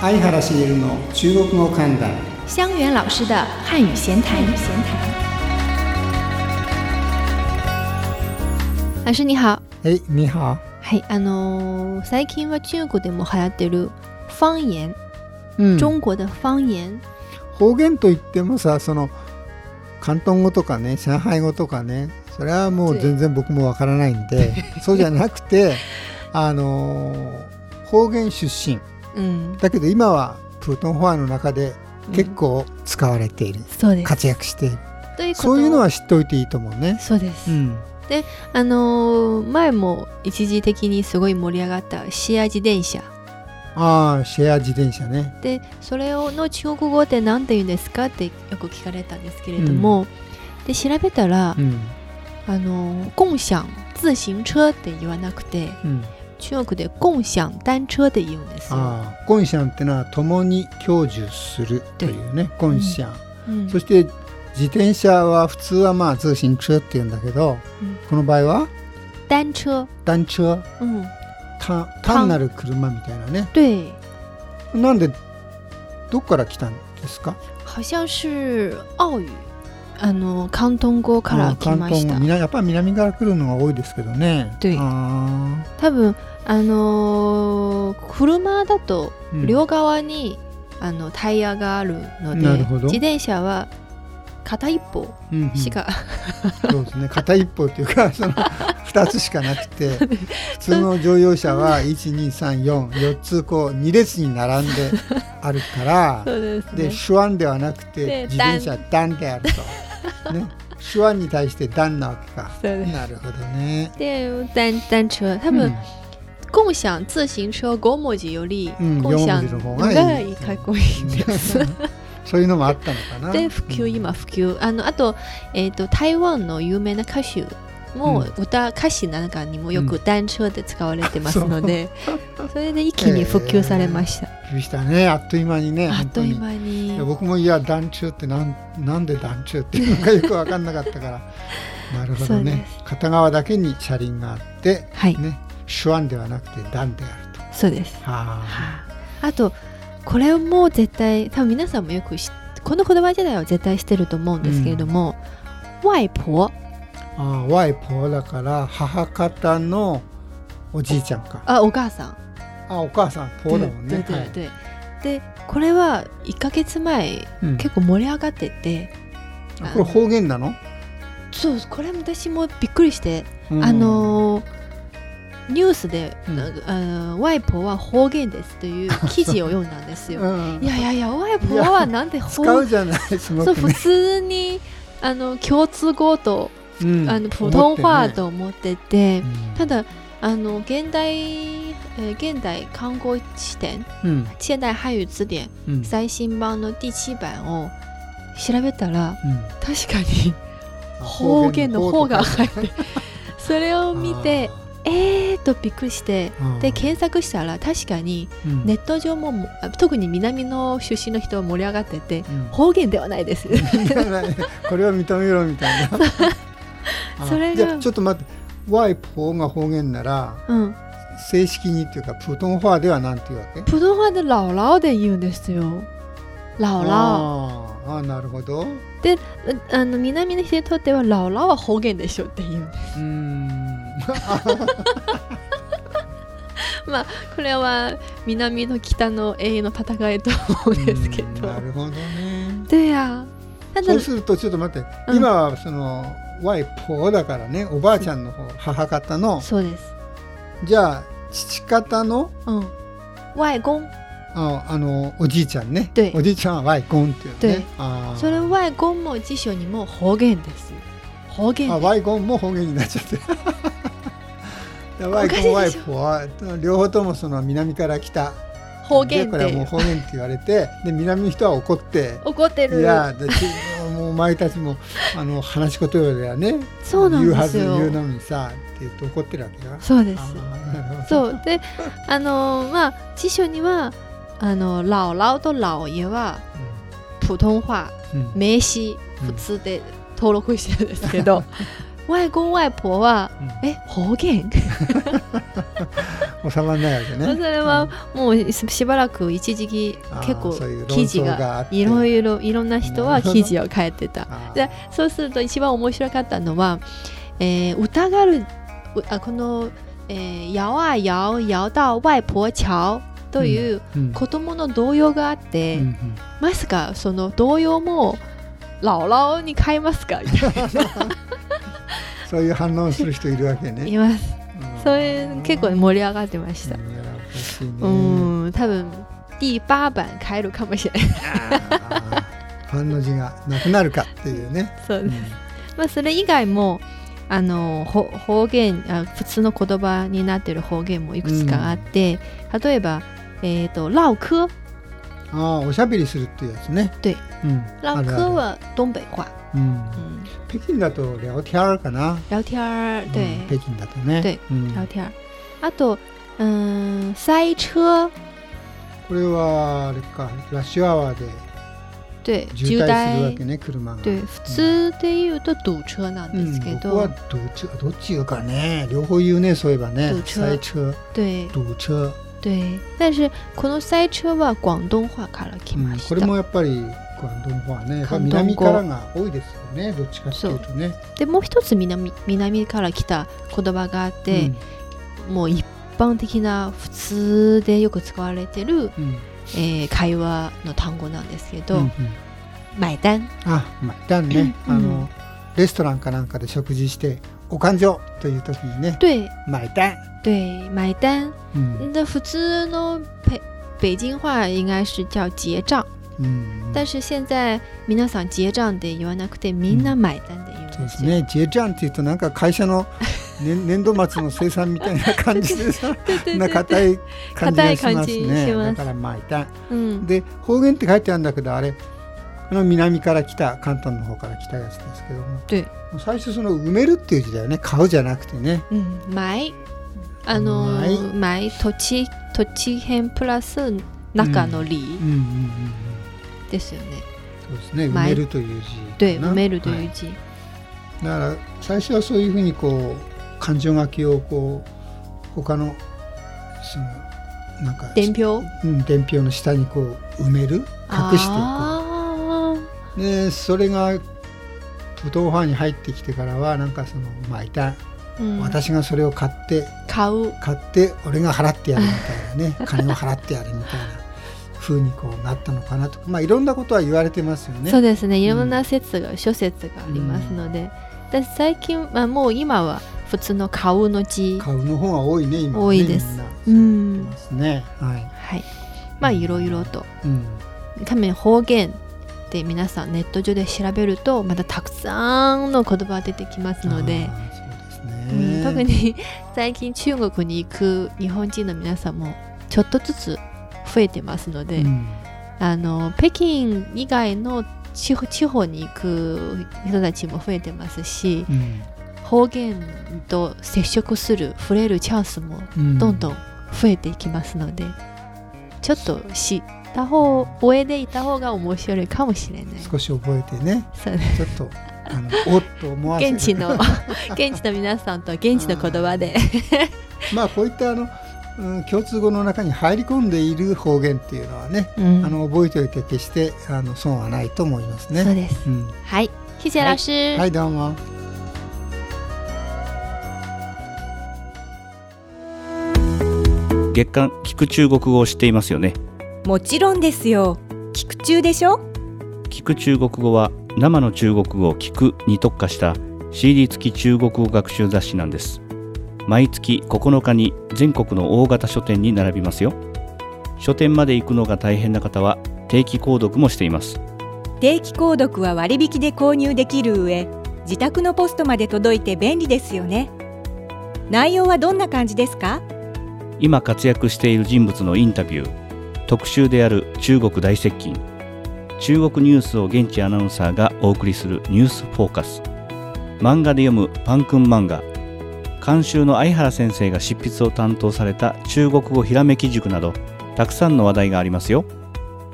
相原茂の中国語観覧香源老师的汉语闲谈。闲谈。老师你好，えい、にははい、あのー最近は中国でも流行ってる方言、うん中国的方言。方言といってもさその広東語とかね上海語とかねそれはもう全然僕もわからないん でそうじゃなくてあのー方言出身うん、だけど今はプートンフォアの中で結構使われている、そうです。活躍しているということそういうのは知っておいていいと思うね。そうです。うん、あのー前も一時的にすごい盛り上がったシェア自転車ああシェア自転車ね。でそれをの中国語って何て言うんですかってよく聞かれたんですけれども、で調べたら、うんあのー共享自行車って言わなくてうん、中国で共享単車って言うんですよ。ああコンシャンってのは共に享受するというねコンシャン、うんそして自転車は普通はまあ通信車っていうんだけど、うんこの場合は单车，単車嗯，単単なる車みたいなね对，なんでどっから来たんですか好像是奥语，あの広東語からあ来ましもた。南やっぱり南から来るのが多いですけどね对あ多分あのー車だとーうん両側に、あのタイヤがあるのなでるほど自転車は片一方うんうんしか、そうですね片一方という かその2つしかなくて普通の乗用車は12344つこう2列に並んであるから そうですでね。手腕ではなくてで自転車ダンであると、ね、手腕に対してダンなわけかそうですなるほどねで单单車多 分、共享自行車5文字より、うん共享四文字の方ががいいかっこいいです。うんそういうのもあったのかなで普及うん今普及あのあと,、えー、と台湾の有名な歌手もう歌、歌詞なんかにもようく単車で使われてますので、 それで一気に普及されました、びっくりしたねあっという間にねあっという間いにや僕もいや団中ってなんなんで団中っていうのかよく分かんなかったから なるほどそうねで片側だけに車輪があって、はい、ね、手腕ではなくて段であるとそうですはあとこれも絶対多分皆さんもよく知っこの言葉自体は絶対してると思うんですけれども、外婆あああワイポーだから母方のおじいちゃんかあお母さんあお母さんポーだもんねでではいででこれは1ヶ月前うん結構盛り上がってて、あこれ方言なの、そうこれも私もびっくりして、うんあのーニュースで、うんあのワイポは方言ですという記事を読んだんですよ。うんいやいやいや、ワイポはなんで方使うじゃないすごそうく普ね、通にあの共通語と、うんあの普通話、思と思っってて、てねただあの現代、えー現代韓国詞典うん現代汉语字典うんうん最新版の第7版を調べたらうん確かに。あ方言の方が方とか入って それを見てえーっとびっくりしてあーで検索したら確かにうんネット上もあ特に南の出身の人は盛り上がっててうん方言ではないですこれを認めろみたいなあ それじがゃあちょっと待ってワイポーが方言なら うん正式にっていうかプートンファーではなんていうわけ普通話で姥姥で言うんですよ姥姥あーあーなるほどううあの南の人にとっては姥姥は方言でしょっていうんでーんすこれは南と北の永遠の戦いと思うんですけうーんどなるほどねでやただそうするとちょっと待って、うん今はそのワイポーだからねおばあちゃんの方母方のそうですじゃあ父方のうん外公ああのおじいちゃんね对おじいちゃんはワイコンっていうの对ねあーそれは外国も辞書にも方言です。方言あです。ワイゴンも方言になっちゃってでワイゴン おかワしいでイしポは両方ともその南から来た方言でこっれはもうて方言って言われてで南の人は怒って怒っている。やだって もうお前たちもあの話し言葉ではねそうなんです言うはよず言うのにさって言って怒ってるわけよそうです。うそうで、あのーまあ辞書にはあの姥姥と姥爺は普通話うん名詞うん普通で登録してるんですけ ど、外公外婆はうんえ方言。収まらないわけね。それはもうしばらく一時期あー結構そういう論記事争ががあっていろいろいろんな人なはるほど記事を書い てたあーでそうすると一番面白かったのは、えー疑るうあこの、えー摇啊摇摇到外婆橋といううん子供の童謡があって、うんうんまさかその童謡も姥姥に買いますかみ たいなそういう反応する人いるわけね。言います。んそういう結構盛り上がってました。うんやらかしいねうん、多分第八版帰るかもしれない。あーファンの字がなくなるかっていうね。そううですんまあ、それ以外もあのほ方言あ普通の言葉になってる方言もいくつかあって、例えば「えー、と唠嗑ああ、おしゃべりするっていうやつね。对うん。」 「唠嗑」は東北話、あるある。うん。うん、北京だと聊天儿かな。聊天儿对うん、北京だとね。う对ん聊天儿あとうん塞車これはあれか、ラッシュアワーで对渋滞するわけね、車が。对普通で言うと堵車なんうんですけ僕ど、はどっちどっち言うかね、両方言うね、そういえばね。堵車塞車、对堵車。对但是この塞車は广東話から来うんましこた、れもやっぱり広東語はね、やっぱ広東語南からが多いですよね、どっちかっていうとね。でもう一つ南南から来た言葉があって、もう一般的な普通でよく使われてる、うん、うんえー会話の単語なんですけど、うんうん買单あ、まあ、だんね、うんあのレストランかなんかで食事してお勘定という時にね、对买单。对买单うん、那普通の北北京話应该是叫结账うん、但是现在皆さん结账で言わなくてみんな買单で言うんそうでですすよ、ね、ジェジャンっていうとなんか会社の、 ね、年度末の生産みたいな感じでさ、对对な对对硬い感じがしま硬い感すじね。しますだからまあいた。うんで方言って書いてあるんだけどあれあの南から来た関東の方から来たやつですけどもで。最初その埋めるっていう字だよね買うじゃなくてねうん買あのー買土地土地編プラス中のう里んうんうんうんですよね、そうですね埋埋めるという字对かな埋めるとはいうい字、だから最初はそういうふうにこう感情書きをこう他のそのなんか伝票うん、伝票の下にこう埋める隠していあくでそれが武闘派に入ってきてからはなんかそのまあいたーうん私がそれを買って買う買って俺が払ってやるみたいなね 金を払ってやるみたいな風にこうなったのかなとかまあいろんなことは言われてますよね。そうですねいろんな説が、諸説がありますので、私最近、まあ、もう今は普通の買うの字買うの方が多いね今はね多いですみんなそう言うんってますね。はい。はいまあいろいろとうん。多分方言で皆さんネット上で調べるとまたたくさんの言葉出てきますので、あーそうですうね。ん特に 最近中国に行く日本人の皆さんもちょっとずつ増えてますので、うんあの北京以外の地方地方に行く人たちも増えてますしうん方言と接触する触れるチャンスもうんどんどん増えていきますので、ちょっと知った方覚えていた方が面白いかもしれない。少し覚えてねそうちょっとあのおっと思わせる現地の 現地の皆さんと現地の言葉でまあこういったあの、うん、共通語の中に入り込んでいる方言っていうのはね、うんあの覚えておいて決してあの損はないと思いますそうね。です。うん、はい、谢谢老师。はいどうも。月刊聞く中国語を知っていますよねもちろんですよ聞く中でしょ聞く中国語は生の中国語を聞くに特化した CD 付き中国語学習雑誌なんです毎月9日に全国の大型書店に並びますよ書店まで行くのが大変な方は定期購読もしています定期購読は割引で購入できる上自宅のポストまで届いて便利ですよね内容はどんな感じですか今活躍している人物のインタビュー特集である中国大接近中国ニュースを現地アナウンサーがお送りする「ニュースフォーカス」漫画で読むパンくん漫画監修の相原先生が執筆を担当された中国語ひらめき塾などたくさんの話題がありますよ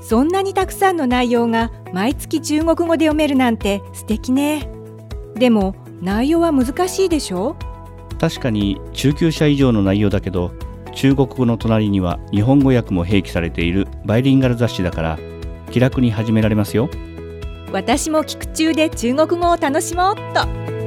そんなにたくさんの内容が毎月中国語で読めるなんて素敵ねでも内容は難しいでしょ確かに中級者以上の内容だけど中国語の隣には日本語訳も併記されているバイリンガル雑誌だから気楽に始められますよ私も聞く中で中国語を楽しもうっと